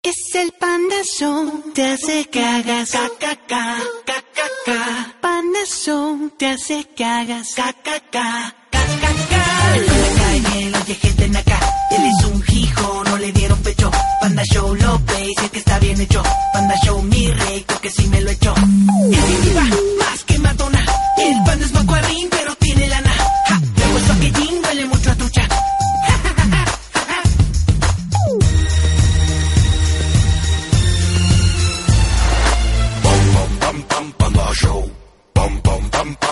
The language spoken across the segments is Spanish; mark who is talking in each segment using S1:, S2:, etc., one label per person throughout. S1: Es el pandazón, te hace que hagas ca ca ca ca ca ca. Pandazón, te hace que hagas ca ca ca ca ca ca.
S2: En la calle lo gente acá. Él es un hijo, no le dieron pecho. Panda Show López, sé que está bien hecho. Panda Show mi rey, creo que sí me lo echó. Es diva, más que Madonna. El panda es macuarrín, pero tiene lana. Ja, luego su aquellín huele mucho a trucha. Ja, ja, ja, ja, ja, ja.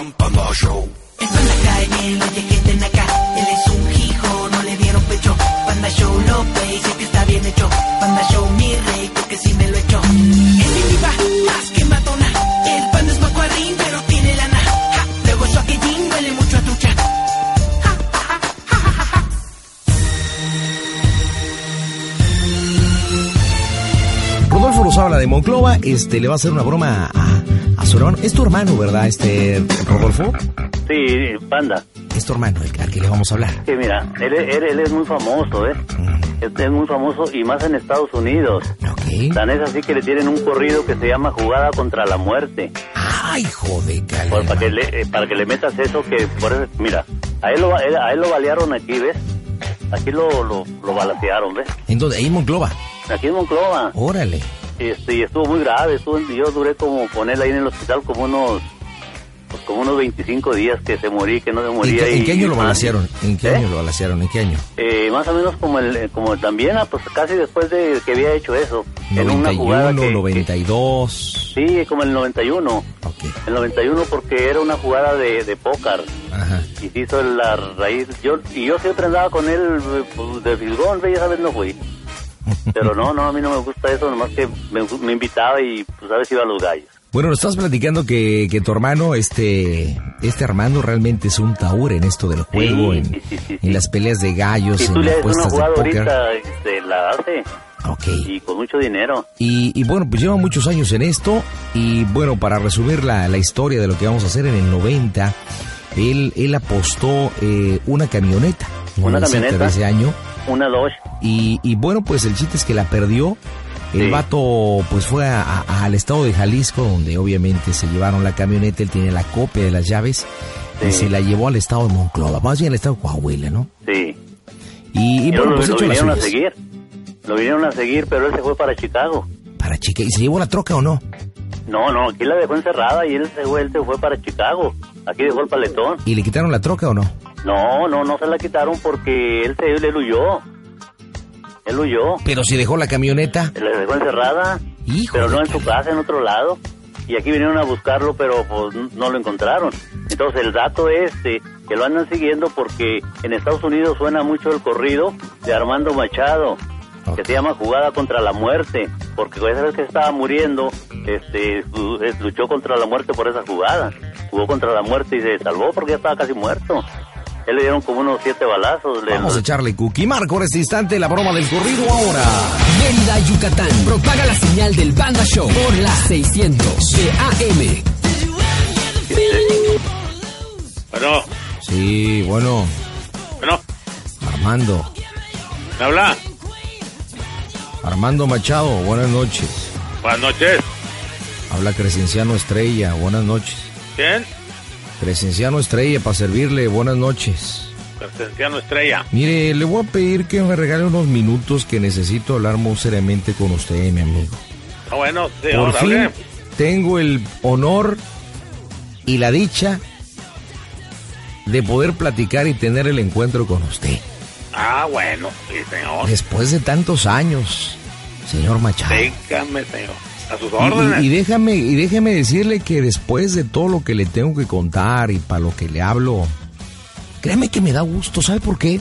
S2: Esto en la calle, lo gente en acá. Él es un hijo, no le dieron pecho. Panda Show López, sé que está bien hecho. Panda Show mi rey, porque sí me lo echó. Es mi diva, más que matona. El panda es macuarrín, pero tiene lana. Ja, luego su aquellín huele mucho a trucha.
S3: Rodolfo nos habla de Monclova, este, le va a hacer una broma a, a su hermano. Es tu hermano, ¿verdad, este, Rodolfo?
S4: Sí, panda.
S3: Es tu hermano el al que le vamos a hablar. Mm,
S4: Que mira, él, él- él es muy famoso, ¿eh? Es, es muy famoso y más en Estados Unidos.
S3: Ok.
S4: Tan es así que le tienen un corrido que se llama Jugada contra la Muerte.
S3: Ay, joder,
S4: Por-
S3: calma.
S4: para, que le, eh, para que le metas eso que... Por eso, mira, a él, lo, a él- a él lo balearon aquí, ¿ves? Aquí lo, lo, lo balacearon, ¿ves?
S3: Entonces, ahí en Monclova.
S4: Aquí en Monclova.
S3: Órale.
S4: Este, y estuvo muy grave. estuvo- yo duré como ponerla ahí en el hospital como unos... pues, como unos 25 días que se morí, que no se
S3: ¿En
S4: moría.
S3: qué,
S4: y-
S3: en qué año lo
S4: y-
S3: balancearon? ¿En qué
S4: ¿Eh?
S3: año lo balancearon? ¿En qué año?
S4: Eh, más o menos como el, como también, ah, pues casi después de que había hecho eso. en una jugada
S3: 91,
S4: que- que-
S3: 92.
S4: sí, como el 91.
S3: Ok.
S4: El 91 porque era una jugada de, de póker.
S3: Ajá.
S4: Y se hizo la raíz. Yo, y yo siempre andaba con él eh, pues, de filgón, ve, esa vez no fui. Pero no, no, a mí no me gusta eso, nomás que me, me invitaba y pues a veces iba a los gallos.
S3: Bueno, nos estás platicando que, que tu hermano, este, este Armando realmente es un taur en esto del juego,
S4: Sí,
S3: en,
S4: sí, sí, sí.
S3: en las peleas de gallos,
S4: Si tú
S3: en
S4: le
S3: Pues las
S4: haces una
S3: apuestas de
S4: jugada
S3: póker.
S4: ahorita, este, la hace.
S3: Ok.
S4: Y con mucho dinero.
S3: Y, y bueno, pues lleva muchos años en esto. Y bueno, para resumir la, la historia de lo que vamos a hacer en el 90, él, él apostó eh, una camioneta.
S4: Una
S3: nuevecita
S4: camioneta.
S3: De ese año.
S4: Una Dodge.
S3: Y, y bueno, pues el chiste es que la perdió. El
S4: Sí.
S3: vato pues fue a- a- al estado de Jalisco, donde obviamente se llevaron la camioneta, él tiene la copia de las llaves, y
S4: Sí.
S3: se la llevó al estado de Monclova, más bien al estado de Coahuila, ¿no?
S4: Sí.
S3: Y, y bueno,
S4: Pero lo,
S3: pues hecho
S4: lo
S3: las
S4: vinieron a
S3: suyas.
S4: seguir. Lo vinieron a seguir, pero él se fue para Chicago.
S3: Para chica, ¿y se llevó la troca o no?
S4: No, no, aquí la dejó encerrada y él se fue, él se fue para Chicago. Aquí dejó el paletón.
S3: ¿Y le quitaron la troca o no?
S4: No, no, no se la quitaron porque él se él huyó. Él huyó.
S3: Pero si dejó la camioneta,
S4: La dejó encerrada,
S3: hijo.
S4: pero
S3: de
S4: no en
S3: ca-
S4: su casa, en otro lado. Y aquí vinieron a buscarlo, pero pues no lo encontraron. Entonces el dato es eh, que lo andan siguiendo porque en Estados Unidos suena mucho el corrido de Armando Machado. que se llama Jugada contra la Muerte, porque pues, esa vez que estaba muriendo, este, su- es- luchó contra la muerte por esa jugada. Jugó contra la muerte y se salvó porque ya estaba casi muerto. Él le dieron como unos siete balazos. le-
S3: Vamos a echarle cookie. Marco en este instante la broma del corrido ahora.
S5: Mérida, Yucatán. Propaga la señal del Panda Show por la 600 de AM.
S6: Bueno,
S3: Sí, bueno,
S6: bueno,
S3: Armando.
S6: ¿me habla?
S3: Armando Machado, buenas noches.
S6: Buenas noches.
S3: Habla Crescenciano Estrella, buenas noches.
S6: ¿Quién?
S3: Crescenciano Estrella, para servirle, buenas noches.
S6: Crescenciano Estrella.
S3: Mire, le voy a pedir que me regale unos minutos que necesito hablar muy seriamente con usted, mi amigo.
S6: Ah, bueno, sí,
S3: Por
S6: ahora,
S3: fin
S6: hable.
S3: tengo el honor y la dicha de poder platicar y tener el encuentro con usted.
S6: Ah, bueno, sí, señor.
S3: Después de tantos años, señor Machado.
S6: Dígame, señor. A sus
S3: Y-
S6: órdenes.
S3: Y, y déjame, y déjeme decirle que después de todo lo que le tengo que contar y para lo que le hablo, créame que me da gusto, ¿sabe por qué?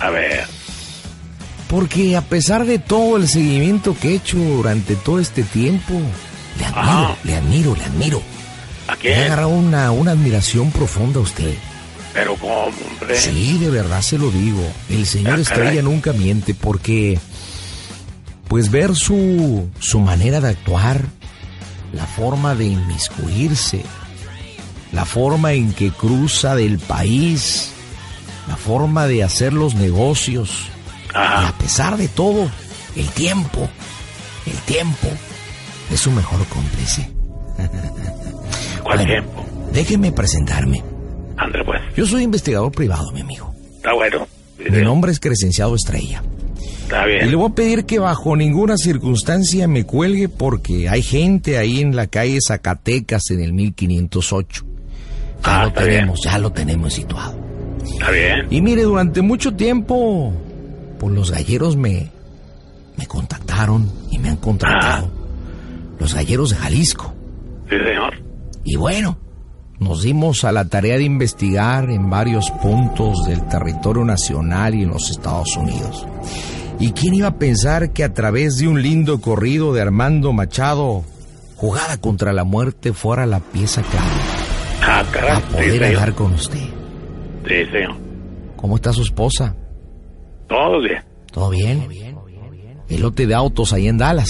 S6: A ver,
S3: Porque a pesar de todo el seguimiento que he hecho durante todo este tiempo, le admiro,
S6: Ajá.
S3: le admiro, le admiro.
S6: ¿a
S3: Le he
S6: quién?
S3: agarrado una, una admiración profunda a usted.
S6: Pero cómo, hombre.
S3: Sí, de verdad se lo digo. El señor
S6: Ah, caray.
S3: Estrella nunca miente porque, pues ver su, su manera de actuar, la forma de inmiscuirse, la forma en que cruza del país, la forma de hacer los negocios, y
S6: Ajá.
S3: a pesar de todo, el tiempo, El tiempo es su mejor cómplice.
S6: ¿Cuál
S3: Bueno,
S6: tiempo?
S3: Déjeme presentarme.
S6: André, pues.
S3: Yo soy investigador privado, mi amigo.
S6: Está bueno. Sí,
S3: Mi
S6: sí,
S3: nombre es Crescenciado Estrella.
S6: Está
S3: Y
S6: bien.
S3: le voy a pedir que bajo ninguna circunstancia me cuelgue porque hay gente ahí en la calle Zacatecas en el 1508. Ya
S6: Ah,
S3: lo
S6: está bien.
S3: tenemos, ya lo tenemos situado.
S6: Está bien.
S3: Y mire, durante mucho tiempo, pues los galleros me, me contactaron y me han contratado.
S6: Ah.
S3: Los galleros de Jalisco.
S6: Sí, señor.
S3: Y bueno, nos dimos a la tarea de investigar en varios puntos del territorio nacional y en los Estados Unidos. ¿Y quién iba a pensar que a través de un lindo corrido de Armando Machado, jugada contra la muerte fuera la pieza clave
S6: Ah,
S3: para
S6: caray. Sí,
S3: poder
S6: señor.
S3: hablar con usted?
S6: Sí, señor.
S3: ¿Cómo está su esposa?
S6: Todo bien.
S3: ¿Todo bien? El lote de autos ahí en Dallas.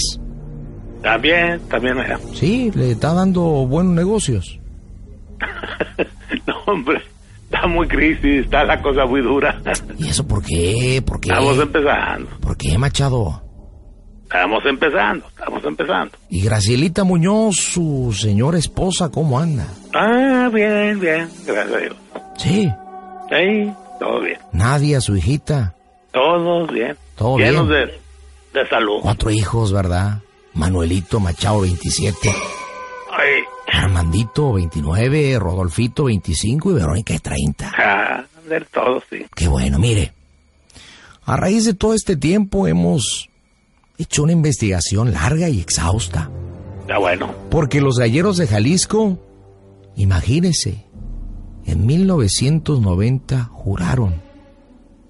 S6: También, también era.
S3: Sí, le está dando buenos negocios.
S6: No, hombre. Está muy crisis, está la cosa muy dura.
S3: ¿Y eso por qué? ¿Por qué?
S6: Estamos empezando.
S3: ¿Por qué, Machado?
S6: Estamos empezando. Estamos empezando.
S3: Y Gracielita Muñoz, su señora esposa, ¿cómo anda?
S6: Ah, bien, bien. Gracias a Dios.
S3: Sí.
S6: Sí, todo bien.
S3: Nadia, su hijita.
S6: Todo bien.
S3: Todo
S6: Llenos
S3: bien.
S6: De, de salud.
S3: Cuatro hijos, ¿verdad? Manuelito Machado, 27.
S6: Ay,
S3: Armandito, 29. Rodolfito, 25. Y Verónica, 30.
S6: ah, del todo, sí.
S3: Qué bueno, mire. A raíz de todo este tiempo hemos hecho una investigación larga y exhausta.
S6: Está bueno.
S3: Porque los galleros de Jalisco, imagínese, en 1990 juraron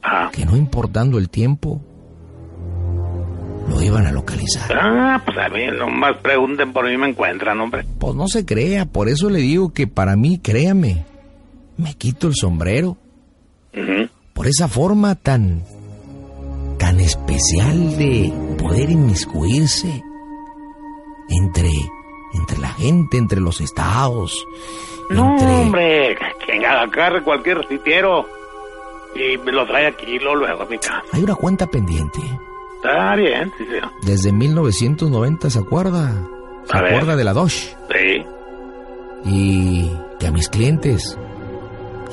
S6: Ah,
S3: que no importando el tiempo, lo iban a localizar.
S6: ah pues a mí nomás pregunten por mí me encuentran, hombre.
S3: Pues no se crea, por eso le digo que para mí, créame, me quito el sombrero
S6: Ujú.
S3: por esa forma tan tan especial de poder inmiscuirse entre entre la gente, entre los estados,
S6: No,
S3: entre
S6: hombre, quien agarre cualquier sitiero y me lo trae aquí lo luego a mi casa.
S3: hay una cuenta pendiente.
S6: Está bien, sí, señor.
S3: Desde 1990 se acuerda, se
S6: A ver.
S3: acuerda de la Dosh.
S6: Sí.
S3: y que a mis clientes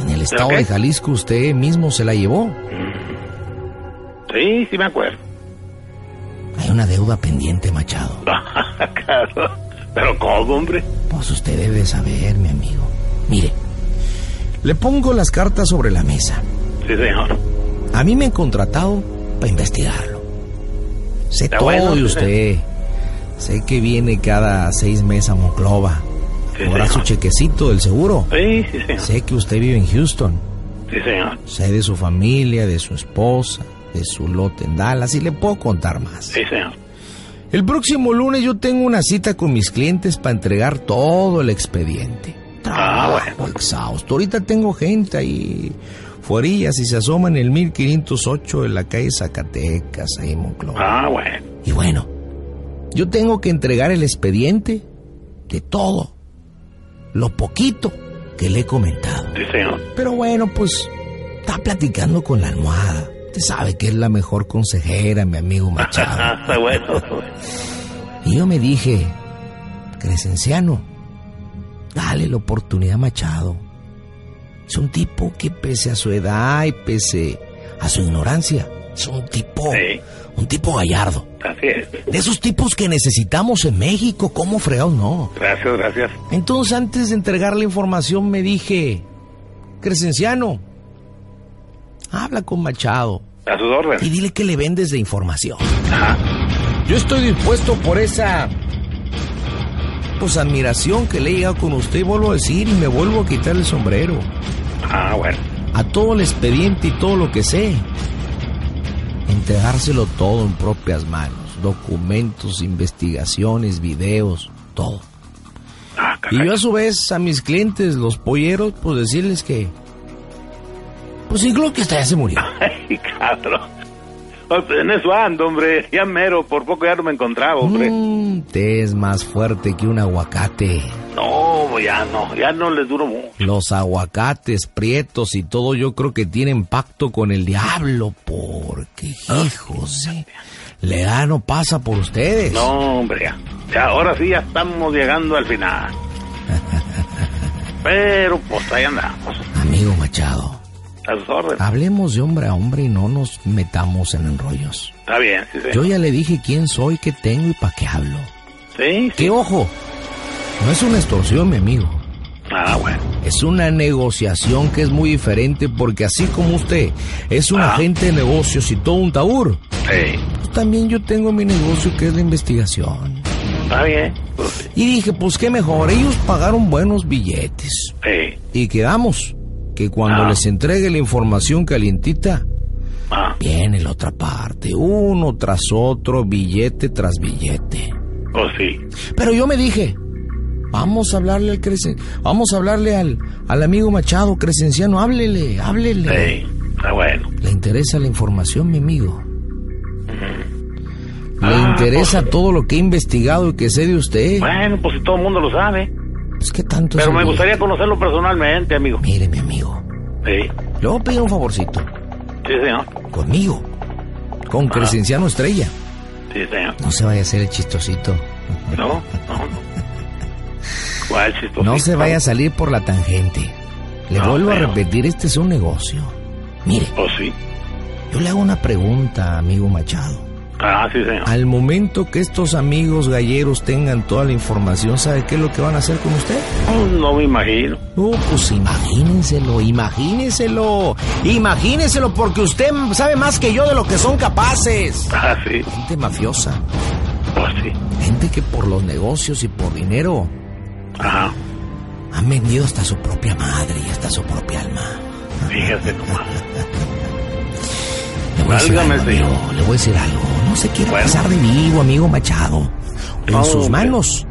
S3: en el estado
S6: qué?
S3: de Jalisco usted mismo se la llevó.
S6: Sí, sí me acuerdo.
S3: Hay una deuda pendiente, Machado.
S6: claro. Pero ¿cómo, hombre?
S3: Pues usted debe saber, mi amigo. Mire, le pongo las cartas sobre la mesa.
S6: Sí, señor.
S3: A mí me han contratado para investigarlo. Sé
S6: Está
S3: todo
S6: bueno,
S3: de
S6: sí,
S3: usted. Sé que viene cada seis meses a Monclova.
S6: Sí,
S3: Cobra su
S6: señor.
S3: chequecito del seguro.
S6: Sí, sí, señor.
S3: Sé que usted vive en Houston.
S6: Sí, señor.
S3: Sé de su familia, de su esposa, de su lote en Dallas y le puedo contar más.
S6: Sí, señor.
S3: El próximo lunes yo tengo una cita con mis clientes para entregar todo el expediente.
S6: Ah,
S3: Trabajo exhausto. Ahorita tengo gente ahí fuerillas y se asoman en el 1508 en la calle Zacatecas, ahí en Monclova.
S6: Ah, bueno.
S3: Y bueno, yo tengo que entregar el expediente de todo, lo poquito que le he comentado.
S6: Sí, señor.
S3: Pero bueno, pues está platicando con la almohada. Usted sabe que es la mejor consejera, mi amigo Machado.
S6: Está bueno. está bueno.
S3: Y yo me dije, Crescenciano, dale la oportunidad a Machado. Es un tipo que pese a su edad y pese a su ignorancia, es un tipo,
S6: Sí.
S3: un tipo gallardo.
S6: Así es.
S3: De esos tipos que necesitamos en México, ¿cómo fregados no?
S6: Gracias, gracias.
S3: Entonces antes de entregar la información me dije, Crescenciano, habla con Machado
S6: A sus
S3: y
S6: órdenes. Ah,
S3: dile que le vendes de información.
S6: Ajá.
S3: Yo estoy dispuesto por esa pues admiración que le he llegado con usted y vuelvo a decir y me vuelvo a quitar el sombrero.
S6: Ah, bueno.
S3: A todo el expediente y todo lo que sé. Entregárselo todo en propias manos. Documentos, investigaciones, videos, todo.
S6: Ah,
S3: Y
S6: caray.
S3: yo a su vez a mis clientes, los polleros, pues decirles que... Pues incluso que hasta ya se murió.
S6: Ay, cabrón. Ay, pues, En eso ando, hombre. Ya mero, por poco ya no me encontraba, hombre.
S3: Mm, te es más fuerte que un aguacate.
S6: No, ya no, ya no les duro mucho.
S3: Los aguacates prietos y
S6: Ah.
S3: todo yo creo que tienen pacto con el diablo porque, hijos, de- la edad no pasa por ustedes.
S6: No, hombre, ya. Ya, ahora sí ya estamos llegando al final. Pero pues ahí andamos,
S3: Amigo Machado,
S6: a sus órdenes.
S3: hablemos de hombre a hombre y no nos metamos en enrollos.
S6: Está bien, sí, sí.
S3: Ah. Yo ya le dije quién soy, qué tengo y para qué hablo.
S6: Sí, sí.
S3: Que ojo, no es una extorsión, mi amigo.
S6: Ah, bueno.
S3: Es una negociación que es muy diferente porque así como usted es un
S6: Ah.
S3: agente de negocios y todo un tabur,
S6: Sí,
S3: pues también yo tengo mi negocio que es la investigación.
S6: está bien. Pues, sí,
S3: Y dije, pues qué mejor, ellos pagaron buenos billetes.
S6: sí.
S3: Y quedamos que cuando
S6: Ah.
S3: les entregue la información calientita,
S6: Ah,
S3: viene la otra parte, uno tras otro, billete tras billete.
S6: pues sí.
S3: Pero yo me dije, vamos a hablarle al Crescen- vamos a hablarle al, al amigo Machado Crescenciano, háblele, háblele.
S6: Sí, está bueno.
S3: Le interesa la información, mi amigo. Le
S6: Ah,
S3: interesa todo lo que he investigado y que sé de usted.
S6: Bueno, pues si todo el mundo lo sabe.
S3: Es que tanto
S6: Pero
S3: es
S6: me
S3: el-
S6: gustaría conocerlo personalmente, amigo.
S3: Mire, mi amigo.
S6: Sí,
S3: Le voy a pedir un favorcito.
S6: sí, señor.
S3: Conmigo. Con
S6: Ah.
S3: Crescenciano Estrella.
S6: Sí, señor.
S3: No se vaya a hacer el chistosito.
S6: No, no, no. ¿Cuál chistosito?
S3: No se vaya a salir por la tangente. Le
S6: Pues No,
S3: vuelvo a
S6: pero-
S3: repetir, este es un negocio. Mire,
S6: Pues sí.
S3: yo le hago una pregunta, amigo Machado.
S6: Ah, sí, señor.
S3: Al momento que estos amigos galleros tengan toda la información, ¿sabe qué es lo que van a hacer con usted?
S6: No, no me imagino.
S3: No, pues imagínenselo, imagínenselo, imagínenselo, porque usted sabe más que yo de lo que son capaces.
S6: Ah, sí.
S3: Gente mafiosa,
S6: Pues sí.
S3: gente que por los negocios y por dinero
S6: Ajá.
S3: han vendido hasta su propia madre y hasta su propia alma.
S6: Fíjese nomás.
S3: Le voy, a decir
S6: Válgame,
S3: algo, amigo,
S6: señor.
S3: le voy a decir algo. No se quiera
S6: Bueno.
S3: pasar de vivo, amigo Machado. En
S6: No,
S3: sus
S6: hombre. Ah.
S3: manos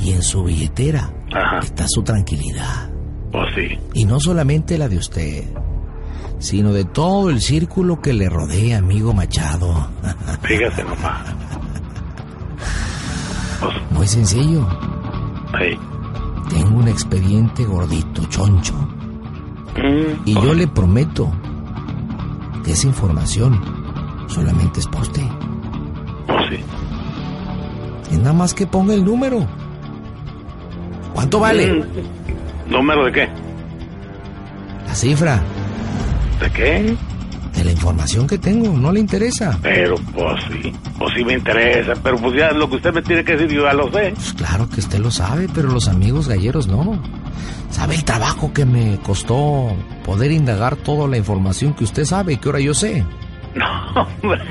S3: y en su billetera
S6: Ajá.
S3: está su tranquilidad.
S6: Pues sí.
S3: Y no solamente la de usted, sino de todo el círculo que le rodea, amigo Machado.
S6: Fíjese nomás. Pues
S3: Muy sencillo.
S6: sí.
S3: Tengo un expediente gordito, choncho.
S6: Mm,
S3: Y
S6: pues,
S3: yo le prometo que esa información solamente es para usted.
S6: Pues sí.
S3: Es nada más que ponga el número. ¿Cuánto vale?
S6: Mm, ¿Número de qué?
S3: La cifra
S6: ¿De qué?
S3: de la información que tengo. No le interesa.
S6: Pero pues sí. Pues sí me interesa. Pero pues ya lo que usted me tiene que decir yo ya lo sé.
S3: Pues claro que usted lo sabe, pero los amigos galleros no. ¿Sabe el trabajo que me costó poder indagar toda la información que usted sabe y que ahora yo sé?
S6: No, hombre.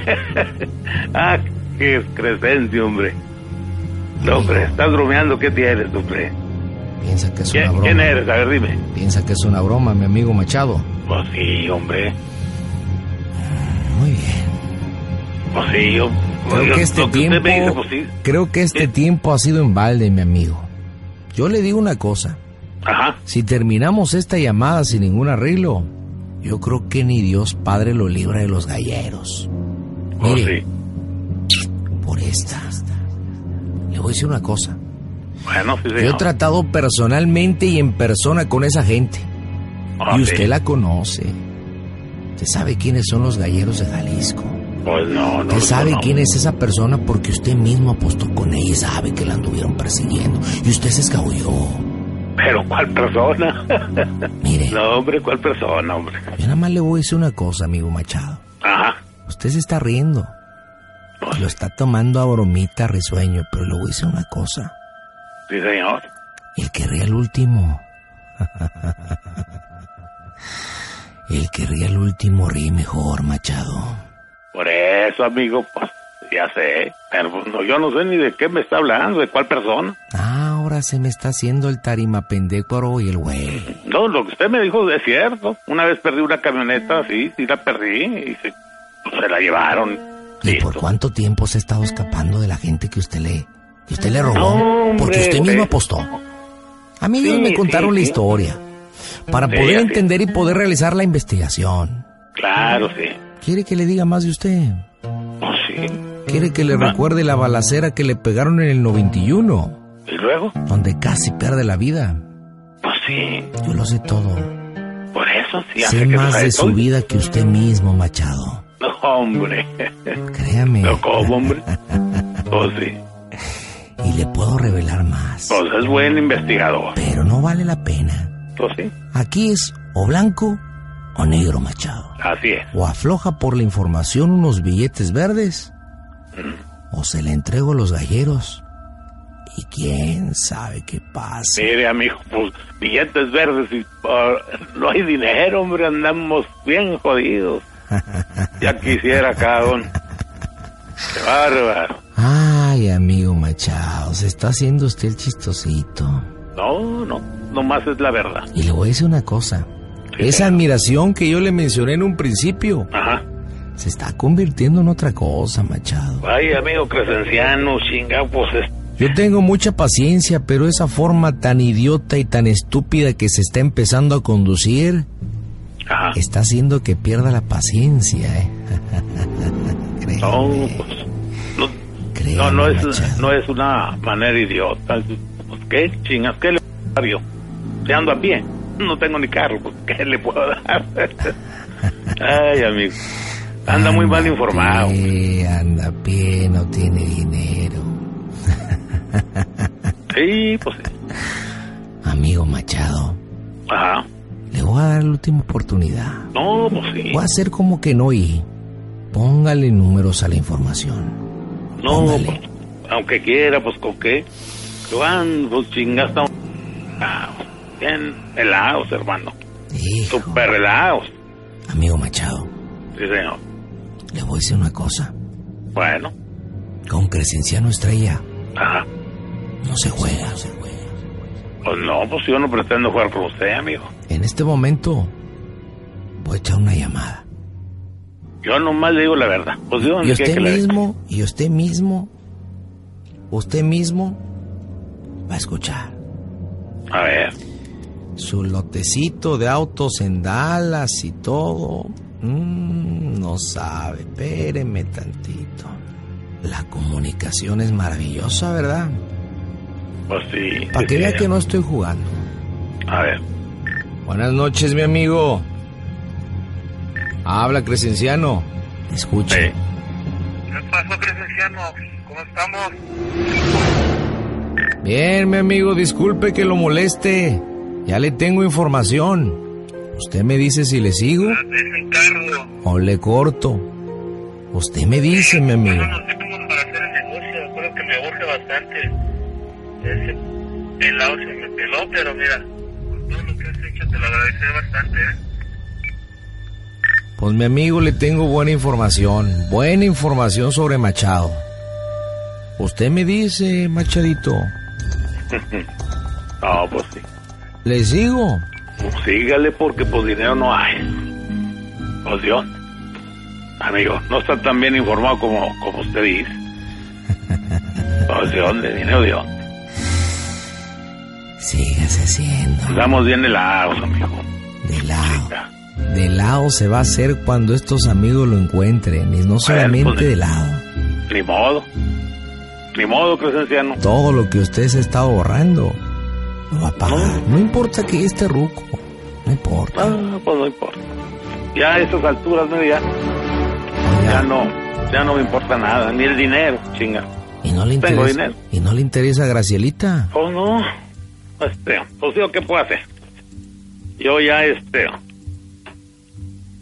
S6: ah, qué crecencia, hombre. No, hombre, estás bromeando. ¿Qué tienes, hombre?
S3: Piensa que es una
S6: ¿Quién,
S3: broma.
S6: quién eres? A ver, dime.
S3: Piensa que es una broma, mi amigo Machado.
S6: Pues sí, hombre.
S3: Muy bien.
S6: Pues sí, yo.
S3: Creo
S6: yo-
S3: que este
S6: lo usted
S3: tiempo,
S6: me dice, pues sí.
S3: creo que este
S6: Sí.
S3: tiempo ha sido en balde, mi amigo. Yo le digo una cosa.
S6: Ajá.
S3: Si terminamos esta llamada sin ningún arreglo, yo creo que ni Dios Padre lo libra de los galleros.
S6: Pues
S3: Mire,
S6: sí.
S3: por esta. Le voy a decir una cosa.
S6: Bueno, sí,
S3: Yo he
S6: señor.
S3: tratado personalmente y en persona con esa gente.
S6: Ah,
S3: y
S6: sí.
S3: usted la conoce. Usted sabe quiénes son los galleros de Jalisco.
S6: Pues no, no.
S3: Usted sabe
S6: no.
S3: quién es esa persona porque usted mismo apostó con ella y sabe que la anduvieron persiguiendo. Y usted se escabulló.
S6: Pero ¿cuál persona?
S3: Mire,
S6: no, hombre, ¿cuál persona, hombre?
S3: yo nada más le voy a decir una cosa, amigo Machado.
S6: Ajá.
S3: Usted se está riendo.
S6: Pues
S3: Lo está tomando a bromita, risueño, pero le voy a decir una cosa.
S6: sí, señor.
S3: El que ríe al último. El que ríe al último ríe mejor, Machado.
S6: Por eso, amigo, pues ya sé. Pero pues, no, yo no sé ni de qué me está hablando, de cuál persona.
S3: Ah, ahora se me está haciendo el tarima pendécoro y el güey.
S6: No, lo que usted me dijo es cierto. Una vez perdí una
S3: Ah.
S6: camioneta, sí, sí la perdí. Y se, pues, se la llevaron.
S3: ¿Y por
S6: Listo.
S3: cuánto tiempo se ha estado escapando de la gente que usted le, que usted le robó?
S6: No, hombre,
S3: Porque usted mismo
S6: hombre.
S3: apostó. A mí ellos
S6: Sí,
S3: me
S6: sí,
S3: contaron la
S6: sí.
S3: historia. Para
S6: Sí,
S3: poder
S6: así.
S3: entender y poder realizar la investigación.
S6: Claro, sí.
S3: ¿Quiere que le diga más de usted?
S6: Pues sí.
S3: ¿Quiere que le
S6: Ah.
S3: recuerde la balacera que le pegaron en el 91?
S6: ¿Y luego?
S3: Donde casi pierde la vida.
S6: Pues sí.
S3: Yo lo sé todo.
S6: Por eso sí. hace
S3: sé
S6: que
S3: más
S6: sabe
S3: de su
S6: todo.
S3: vida que usted mismo, Machado.
S6: No, hombre.
S3: Créame.
S6: No, ¿cómo, hombre? Pues sí.
S3: Y le puedo revelar más.
S6: Pues es buen investigador.
S3: Pero no vale la pena.
S6: Pues sí,
S3: Aquí es o blanco o negro, Machado.
S6: así es.
S3: O afloja por la información unos billetes verdes.
S6: Mm.
S3: O se le entrego a los galleros. Y quién sabe qué pasa.
S6: Mire, amigo, pues billetes verdes y ah, no hay dinero, hombre, andamos bien jodidos. Ya quisiera, cabrón. Qué bárbaro.
S3: Ay, amigo Machado, se está haciendo usted el chistosito.
S6: No, no, nomás es la verdad.
S3: Y le voy a decir una cosa.
S6: Sí,
S3: Esa admiración que yo le mencioné en un principio
S6: Ajá.
S3: se está convirtiendo en otra cosa, Machado.
S6: Ay, amigo Crescenciano, chinga, pues es-
S3: Yo tengo mucha paciencia, pero esa forma tan idiota y tan estúpida que se está empezando a conducir
S6: Ajá.
S3: está haciendo que pierda la paciencia, ¿eh? Créeme,
S6: No, pues. No,
S3: créeme,
S6: no, no es,
S3: Machado.
S6: no es una manera idiota. Pues, ¿Qué chingas? ¿Qué le puedo dar yo? Si ando a pie. No tengo ni carro. Pues, ¿Qué le puedo dar? Ay, amigo. Anda muy mal
S3: a
S6: informado.
S3: pie, anda a pie, no tiene dinero.
S6: Sí, pues. sí.
S3: Amigo Machado,
S6: Ajá.
S3: le voy a dar la última oportunidad.
S6: No, pues sí.
S3: Voy a hacer como que no oí. Póngale números a la información.
S6: No,
S3: Ándale.
S6: pues, aunque quiera, pues con qué. Juan, pues chingas, estamos helados, bien helados, hermano.
S3: Hijo,
S6: Super helados.
S3: amigo Machado,
S6: Sí, señor.
S3: le voy a decir una cosa.
S6: Bueno,
S3: Con Crescenciano Estrella
S6: ajá.
S3: no se juega.
S6: Pues no, pues yo no pretendo jugar con usted, amigo.
S3: En este momento voy a echar una llamada.
S6: Yo nomás le digo la verdad. Pues yo
S3: Y
S6: ni
S3: usted
S6: que le-
S3: mismo, y usted mismo, usted mismo va a escuchar.
S6: A ver,
S3: Su lotecito de autos en Dallas y todo. mm, no sabe, espéreme tantito. La comunicación es maravillosa, ¿verdad?
S6: pues sí.
S3: Para que vea que no estoy jugando.
S6: A ver,
S3: Buenas noches, mi amigo. Habla, Crescenciano. Escuche.
S6: sí.
S7: ¿Qué pasó, Crescenciano? ¿Cómo estamos?
S3: Bien, mi amigo, disculpe que lo moleste. Ya le tengo información. Usted me dice si le sigo
S7: Es encargo.
S3: o le corto. Usted me dice, mi amigo.
S7: Yo no sé cómo para hacer el negocio. Creo que me urge bastante. Ese pelado se me peló, pero mira, con todo lo que has hecho te lo agradeceré bastante, ¿eh?
S3: Pues mi amigo, le tengo buena información. Buena información sobre Machado. Usted me dice, Machadito,
S6: No, pues sí.
S3: ¿le sigo?
S6: Pues sígale porque pues dinero no hay. Pues Dios. Amigo, no está tan bien informado como, como usted dice. Pues de dónde, dinero de dónde.
S3: Sígase siendo.
S6: Andamos bien helados, amigo.
S3: De lado. De lado se va a hacer cuando estos amigos lo encuentren. Y no
S6: pues,
S3: solamente de lado.
S6: Ni modo. Ni modo, Crescenciano.
S3: Todo lo que usted se está ahorrando lo va a pagar. No importa que esté ruco. No importa.
S6: Ah, pues no importa. Ya a estas alturas, mira, ya, ya
S3: Oiga,
S6: no, ya no me importa nada, ni el dinero, chinga.
S3: y no le
S6: tengo
S3: interesa.
S6: dinero.
S3: Y no le interesa a Gracielita.
S6: Pues no, este, pues yo qué puedo hacer. Yo ya, este,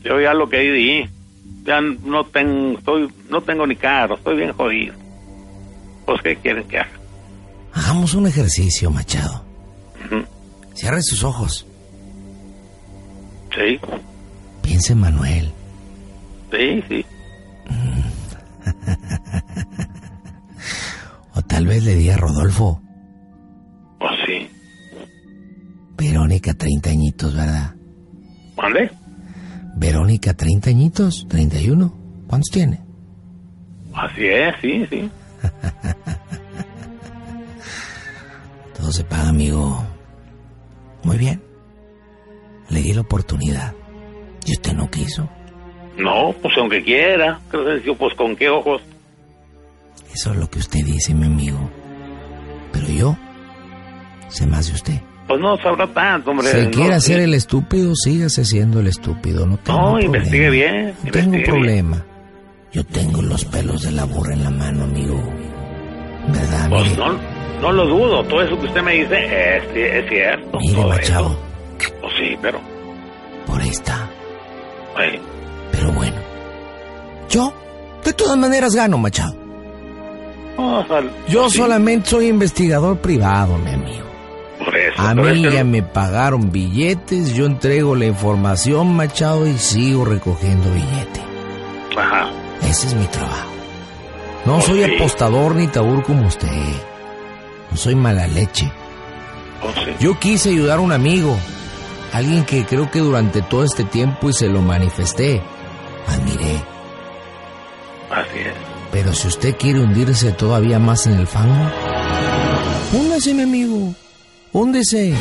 S6: yo ya lo que di, ya no tengo, estoy, no tengo ni carro, estoy bien jodido. Pues qué quieren que haga.
S3: Hagamos un ejercicio, Machado.
S6: Ujú.
S3: Cierre sus ojos.
S6: Sí,
S3: Piense en Manuel.
S6: sí, sí.
S3: O tal vez le diga a Rodolfo.
S6: Pues sí.
S3: Verónica, 30 añitos, ¿verdad?
S6: ¿Mande?
S3: Verónica, 30 añitos, 31. ¿Cuántos tiene?
S6: Así es, sí, sí.
S3: Todo se paga, amigo. Muy bien. Le di la oportunidad. Y usted no quiso.
S6: No, pues aunque quiera, Crescencio, pues con qué ojos.
S3: Eso es lo que usted dice, mi amigo. Pero yo sé más de usted.
S6: Pues no sabrá tanto, hombre.
S3: Si
S6: no,
S3: quiere
S6: sí.
S3: hacer el estúpido, sígase siendo el estúpido. No, tengo
S6: No,
S3: problema.
S6: investigue bien.
S3: No tengo
S6: investigue bien.
S3: problema. Yo tengo los pelos de la burra en la mano, amigo. ¿Verdad?
S6: Pues
S3: mire?
S6: no, no lo dudo, todo eso que usted me dice es, es cierto.
S3: Mire,
S6: todo eso.
S3: Machado,
S6: Pues sí, pero...
S3: por ahí está.
S6: eh,
S3: Pero bueno. Yo, de todas maneras, gano, Machado.
S6: o sea, pues
S3: Yo
S6: sí,
S3: solamente soy investigador privado, mi amigo.
S6: Por eso,
S3: A
S6: pero
S3: mí
S6: es que
S3: ya
S6: no-
S3: me pagaron billetes, yo entrego la información, Machado, y sigo recogiendo billete.
S6: Ajá.
S3: Ese es mi trabajo. No
S6: Pues
S3: soy
S6: sí.
S3: apostador ni tabur como usted. No soy mala leche.
S6: pues sí.
S3: Yo quise ayudar a un amigo, alguien que creo que durante todo este tiempo y se lo manifesté, admiré.
S6: Así es.
S3: Pero si usted quiere hundirse todavía más en el fango, húndase, mi amigo, húndese,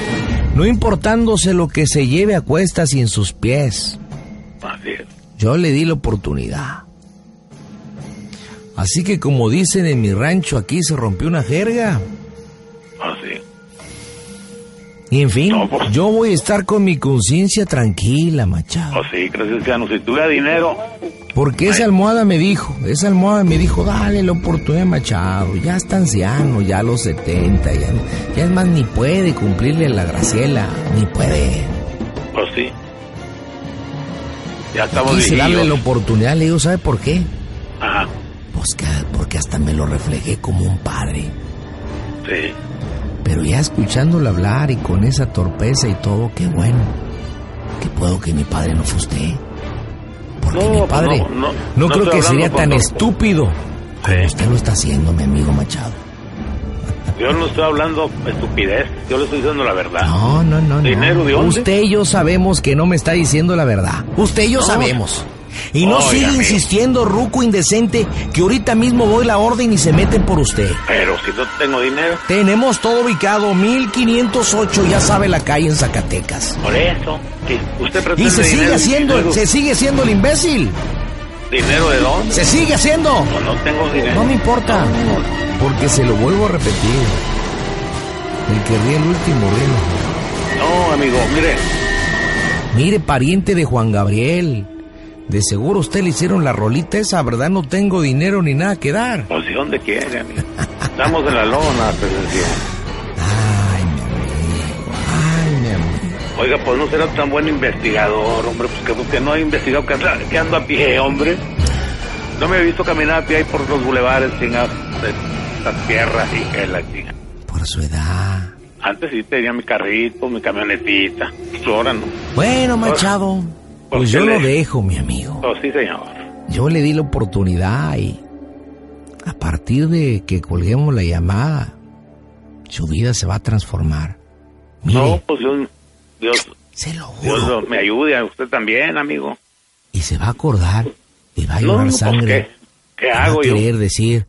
S3: no importándose lo que se lleve a cuestas y en sus pies.
S6: Así es.
S3: Yo le di la oportunidad. Así que como dicen en mi rancho, aquí se rompió una jerga.
S6: Así.
S3: Y en fin,
S6: No, pues.
S3: yo voy a estar con mi conciencia tranquila, Machado.
S6: Pues sí, Crescenciano, si tuviera dinero,
S3: Porque esa almohada me dijo, esa almohada me dijo, dale la oportunidad, Machado. Ya está anciano, ya a los 70, ya, ya es más, ni puede cumplirle la Graciela, ni puede.
S6: pues sí. Ya estamos
S3: Quise darle la
S6: dirigidos.
S3: oportunidad, le digo, ¿sabe por qué?
S6: Ajá.
S3: Pues que- porque hasta me lo reflejé como un padre.
S6: Sí.
S3: Pero ya escuchándolo hablar y con esa torpeza y todo, qué bueno. Que puedo que mi padre no fue usted. Porque
S6: No,
S3: mi padre
S6: no,
S3: no,
S6: no, no
S3: creo
S6: estoy
S3: que sería
S6: hablando
S3: tan
S6: con-
S3: estúpido como usted lo está haciendo, mi amigo Machado.
S6: Yo no estoy hablando estupidez, yo le estoy diciendo la verdad.
S3: No, no, no, no.
S6: ¿Dinero de dónde?
S3: Usted y yo sabemos que no me está diciendo la verdad. Usted y yo sabemos. Y no
S6: Oiga,
S3: sigue
S6: amigo.
S3: insistiendo, ruco indecente, que ahorita mismo voy la orden y se meten por usted.
S6: Pero si no tengo dinero,
S3: Tenemos todo ubicado, 1508, ya sabe la calle en Zacatecas.
S6: por eso. si usted pretende
S3: Y se sigue
S6: dinero,
S3: haciendo,
S6: dinero,
S3: se sigue haciendo el imbécil.
S6: ¿Dinero de dónde?
S3: Se sigue haciendo.
S6: Pues no tengo dinero.
S3: No me importa. Porque se lo vuelvo a repetir. El que ríe el último ríe. el mejor.
S6: No, amigo, mire.
S3: Mire, pariente de Juan Gabriel. De seguro usted le hicieron la rolita esa, ¿verdad? No tengo dinero ni nada que dar.
S6: Pues si dónde quiere, amigo. Estamos en la lona, presencial.
S3: Ay, mi amigo. Ay, mi amigo.
S6: Oiga, pues no será tan buen investigador, hombre, pues que, que no he investigado, que, anda- que ando a pie, hombre. No me he visto caminar a pie ahí por los bulevares, chingados, de las tierras y que la chinga.
S3: Por su edad.
S6: Antes sí tenía mi carrito, mi camionetita. Ahora no.
S3: Bueno, Machado.
S6: ¿por
S3: Pues
S6: qué
S3: yo
S6: le-
S3: lo dejo, mi amigo.
S6: Oh, sí, señor.
S3: Yo le di la oportunidad y a partir de que colguemos la llamada, su vida se va a transformar. Mire,
S6: No, pues Dios, Dios,
S3: se lo juro.
S6: Dios lo- me ayude, a usted también, amigo.
S3: Y se va a acordar y va a
S6: No,
S3: llorar
S6: pues,
S3: sangre.
S6: ¿qué? ¿Qué
S3: Y va
S6: hago
S3: a
S6: yo?
S3: querer decir,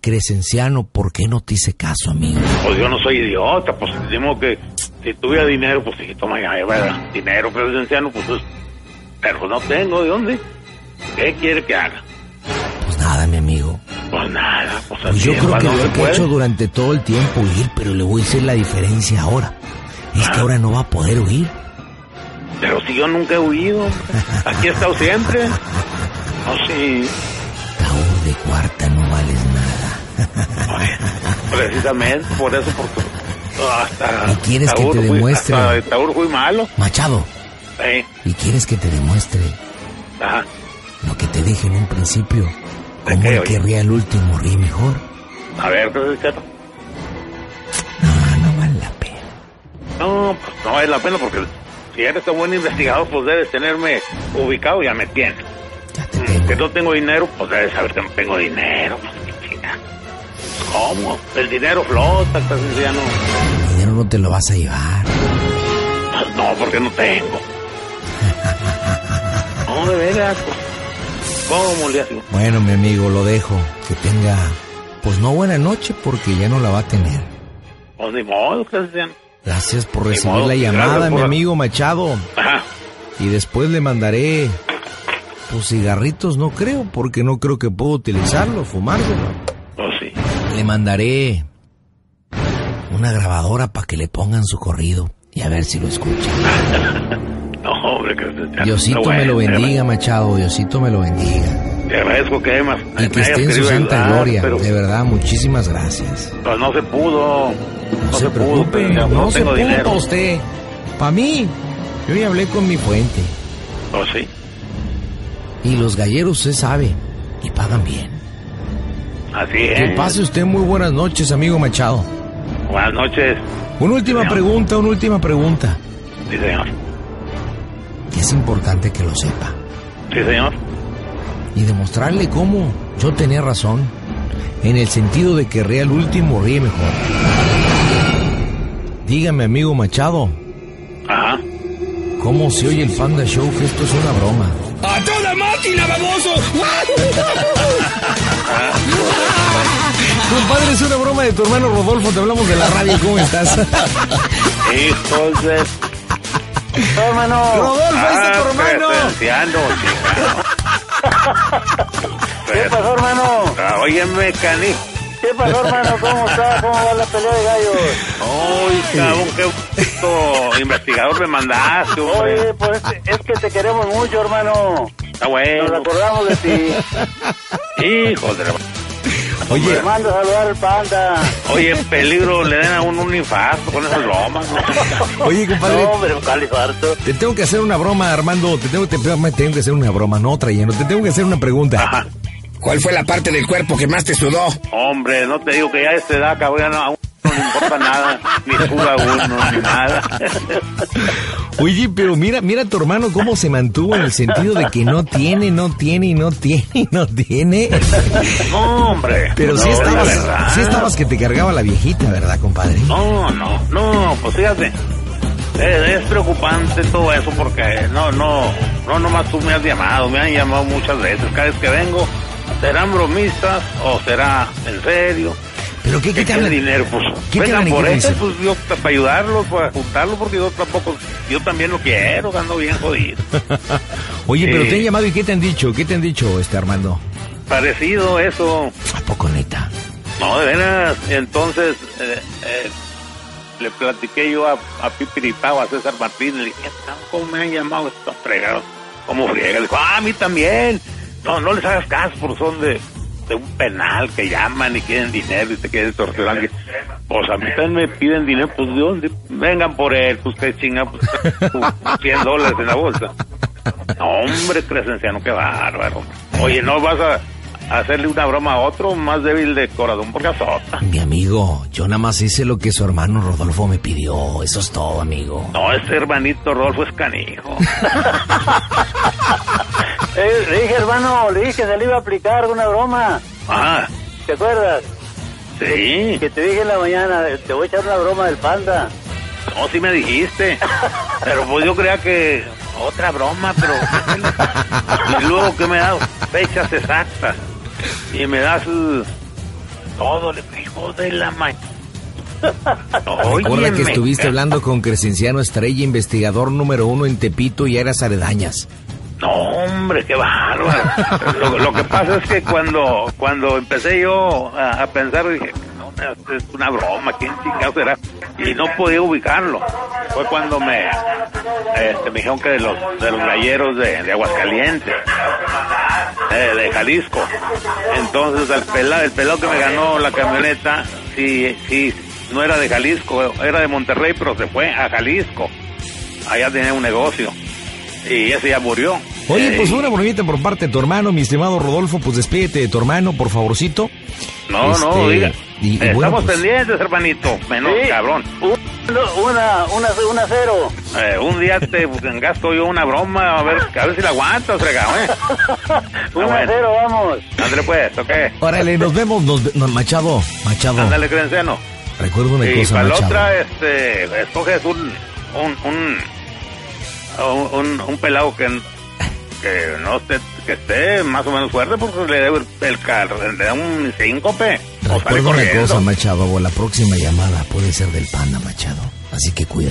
S3: Crescenciano, ¿por qué no te hice caso, amigo?
S6: Pues yo no soy idiota, pues decimos que si tuviera dinero, pues sí, toma ya, ¿verdad? Dinero, pero es anciano, pues, es- pero no tengo, ¿de dónde? ¿Qué quiere que haga?
S3: Pues nada, mi amigo.
S6: Pues nada, pues
S3: Pues
S6: así
S3: yo
S6: es,
S3: creo
S6: más
S3: que
S6: no
S3: lo
S6: se
S3: que he
S6: puede.
S3: hecho durante todo el tiempo huir, pero le voy a decir la diferencia ahora. Es
S6: Ah.
S3: que ahora no va a poder huir.
S6: Pero si yo nunca he huido, aquí he estado siempre. No, sí,
S3: Taur de cuarta no vales nada.
S6: precisamente por eso, porque ah, hasta...
S3: ¿Y quieres que
S6: Tauro
S3: te
S6: fui-
S3: demuestre?
S6: Hasta Tauro fui malo,
S3: Machado,
S6: eh,
S3: ¿y quieres que te demuestre
S6: ajá.
S3: lo que te dije en un principio?
S6: ¿De
S3: ¿Cómo
S6: qué,
S3: el
S6: oye?
S3: que ría el último ríe mejor?
S6: A ver, entonces, chato.
S3: No, no vale la pena.
S6: No, pues no es la pena porque si eres tan buen investigador, pues debes tenerme ubicado, ya me tienes.
S3: Ya te tengo.
S6: Que no tengo dinero, pues debes saber que no tengo dinero. Pues, qué chinga. ¿Cómo? El dinero flota, estás diciendo.
S3: El dinero no te lo vas a llevar.
S6: Pues no, porque no tengo. No, de veras. pues, ¿Cómo le hago?
S3: Bueno, mi amigo, lo dejo. Que tenga, pues no buena noche porque ya no la va a tener.
S6: Pues ni modo, estás diciendo.
S3: Gracias por recibir
S6: modo,
S3: la
S6: gracias
S3: llamada, mi
S6: por-
S3: amigo Machado.
S6: Ajá.
S3: Y después le mandaré tus cigarritos, no creo, porque no creo que pueda utilizarlo, fumárselo.
S6: Pues sí.
S3: Le mandaré una grabadora para que le pongan su corrido y a ver si lo escucha.
S6: No, hombre, que estás diciendo.
S3: Diosito
S6: Bueno,
S3: me lo
S6: de veras.
S3: bendiga, Machado. Diosito me lo bendiga.
S6: Te agradezco que Emma
S3: Y que esté
S6: me
S3: en
S6: hayas
S3: su
S6: querido
S3: santa
S6: ayudar,
S3: gloria.
S6: pero
S3: De verdad, muchísimas gracias.
S6: pues, no se pudo.
S3: No se
S6: pudo,
S3: preocupe,
S6: pero ya
S3: no,
S6: no
S3: se
S6: tengo
S3: preocupa
S6: dinero.
S3: usted. Para mí, yo ya hablé con mi fuente.
S6: Pues sí.
S3: Y los galleros usted sabe, y pagan bien.
S6: Así
S3: Que
S6: es.
S3: pase usted muy buenas noches, amigo Machado.
S6: Buenas noches.
S3: Una última
S6: Señor.
S3: pregunta, una última pregunta.
S6: Sí, señor.
S3: Que es importante que lo sepa.
S6: Sí, señor.
S3: Y demostrarle cómo yo tenía razón. En el sentido de que ría el último, ríe mejor. Dígame, amigo Machado,
S6: Ajá.
S3: ¿cómo se oye el Panda Show que esto es una broma?
S5: ¡A toda máquina, baboso!
S3: Compadre, es una broma de tu hermano Rodolfo, te hablamos de la radio, ¿cómo estás?
S6: Hijos de...
S3: Rodolfo, ahí está tu
S6: Ah,
S3: hermano.
S6: presenciando, chingado.
S4: ¿Qué
S6: Pero-
S4: pasó, hermano?
S6: Ah, Óyeme, cani.
S4: ¿Qué pasó, hermano? ¿Cómo está? ¿Cómo va la pelea de gallos?
S6: Ay, cabrón, qué puto investigador me mandaste, hombre.
S4: Oye, pues es que te queremos mucho, hermano.
S6: Está
S4: Nos
S6: bueno.
S4: acordamos de ti.
S6: Hijo de la...
S4: Te mando a saludar al panda.
S6: Oye, en peligro le den a uno un infarto con esas lomas. ¿no?
S3: Oye, compadre,
S4: No, hombre, Cali harto.
S3: te tengo que hacer una broma, Armando, te tengo, te, te tengo que hacer una broma, no otra, lleno, te tengo que hacer una pregunta.
S5: Ah.
S6: Ajá.
S5: ¿Cuál fue la parte del cuerpo que más te sudó?
S6: Hombre, no te digo que ya a esta edad, cabrón, ya no, a uno no le importa nada. Ni suda uno, ni nada.
S3: Oye, pero mira, mira a tu hermano cómo se mantuvo en el sentido de que no tiene, no tiene y no tiene y no tiene.
S6: No, hombre.
S3: Pero
S6: no,
S3: sí
S6: la
S3: estabas,
S6: verdad.
S3: sí estabas que te cargaba la viejita, ¿verdad, compadre?
S6: No, no, no, pues fíjate. Es, es preocupante todo eso porque no, no, no, nomás tú me has llamado, me han llamado muchas veces. Cada vez que vengo, ¿serán bromistas o será en serio?
S3: Pero qué,
S6: ¿Qué
S3: qué te
S6: quieren
S3: hablan?
S6: dinero? Pues
S3: ¿Qué te
S6: vengan
S3: hablan y
S6: por
S3: qué te
S6: eso,
S3: dicen?
S6: pues yo t- para ayudarlos, para juntarlos, porque yo tampoco, yo también lo quiero, ando bien jodido.
S3: Oye, pero
S6: Sí.
S3: te han llamado y qué te han dicho, qué te han dicho, este Armando.
S6: Parecido eso.
S3: ¿A poco neta?
S6: No, de veras. Entonces, eh, eh, le platiqué yo a, a Pipiripao, a César Martín, le dije, "Esta, ¿cómo me han llamado estos fregados? ¿Cómo friega? Le dijo, ah, a mí también. No, no les hagas caso, porque son de, de un penal que llaman y quieren dinero y te quieren torturar. Que- Pues a mí también me piden dinero, pues de dónde? Vengan por él, pues qué chinga, pues 100 dólares en la bolsa. No, hombre, Crescenciano, qué bárbaro. Oye, ¿no vas a- a hacerle una broma a otro más débil de corazón porque azota?
S3: Mi amigo, yo nada más hice lo que su hermano Rodolfo me pidió. Eso es todo, amigo.
S6: No, ese hermanito Rolfo es canijo.
S4: Eh, le dije, hermano, le dije que se le iba a aplicar una broma.
S6: Ah,
S4: ¿Te acuerdas?
S6: sí.
S4: Que te dije en la mañana, eh, te voy a echar una broma del panda.
S6: No, sí me dijiste. Pero pues yo creía que otra broma, pero... Y luego que me das fechas exactas. Y me das eh, todo, le hijo de la mañana.
S3: Recuerda que estuviste hablando con Crescenciano Estrella, investigador número uno en Tepito y eras aredañas.
S6: No, hombre, qué bárbaro. Lo, lo que pasa es que cuando, cuando empecé yo a, a pensar, dije, no, esto es una broma, ¿quién chingado será? Y no podía ubicarlo. Fue cuando me, este, me dijeron que de los, de los galleros de, de Aguascalientes, eh, de Jalisco. Entonces, el pelado, el pelado que me ganó la camioneta, sí, sí, no era de Jalisco, era de Monterrey, pero se fue a Jalisco. Allá tenía un negocio. Y ese ya murió.
S3: Oye, pues
S6: Eh,
S3: una bromita por parte de tu hermano, mi estimado Rodolfo, pues despídete de tu hermano, por favorcito.
S6: No, no,
S3: Este,
S6: diga.
S3: y- y
S6: Estamos
S3: bueno, pues-
S6: pendientes, hermanito. Menos
S4: Sí.
S6: cabrón.
S4: Un- Una, una, una cero.
S6: Eh, un día te gasto yo una broma, a ver, a ver si la aguantas, fregado, ¿eh?
S4: Una
S6: bueno.
S4: cero, vamos.
S6: André, pues, ¿ok?
S3: Órale, nos vemos, nos ve- no, Machado, Machado.
S6: Ándale, crenceno.
S3: Recuerda una
S6: Y
S3: cosa,
S6: para la
S3: Machado.
S6: otra, este, escoges un, un, un, un, un- un pelado que, que no esté, que esté más o menos fuerte porque le da el, el car- le da un síncope. O sale
S3: Recuerda una
S6: corriendo.
S3: cosa, Machado, o la próxima llamada puede ser del panda, Machado. Así que cuídate.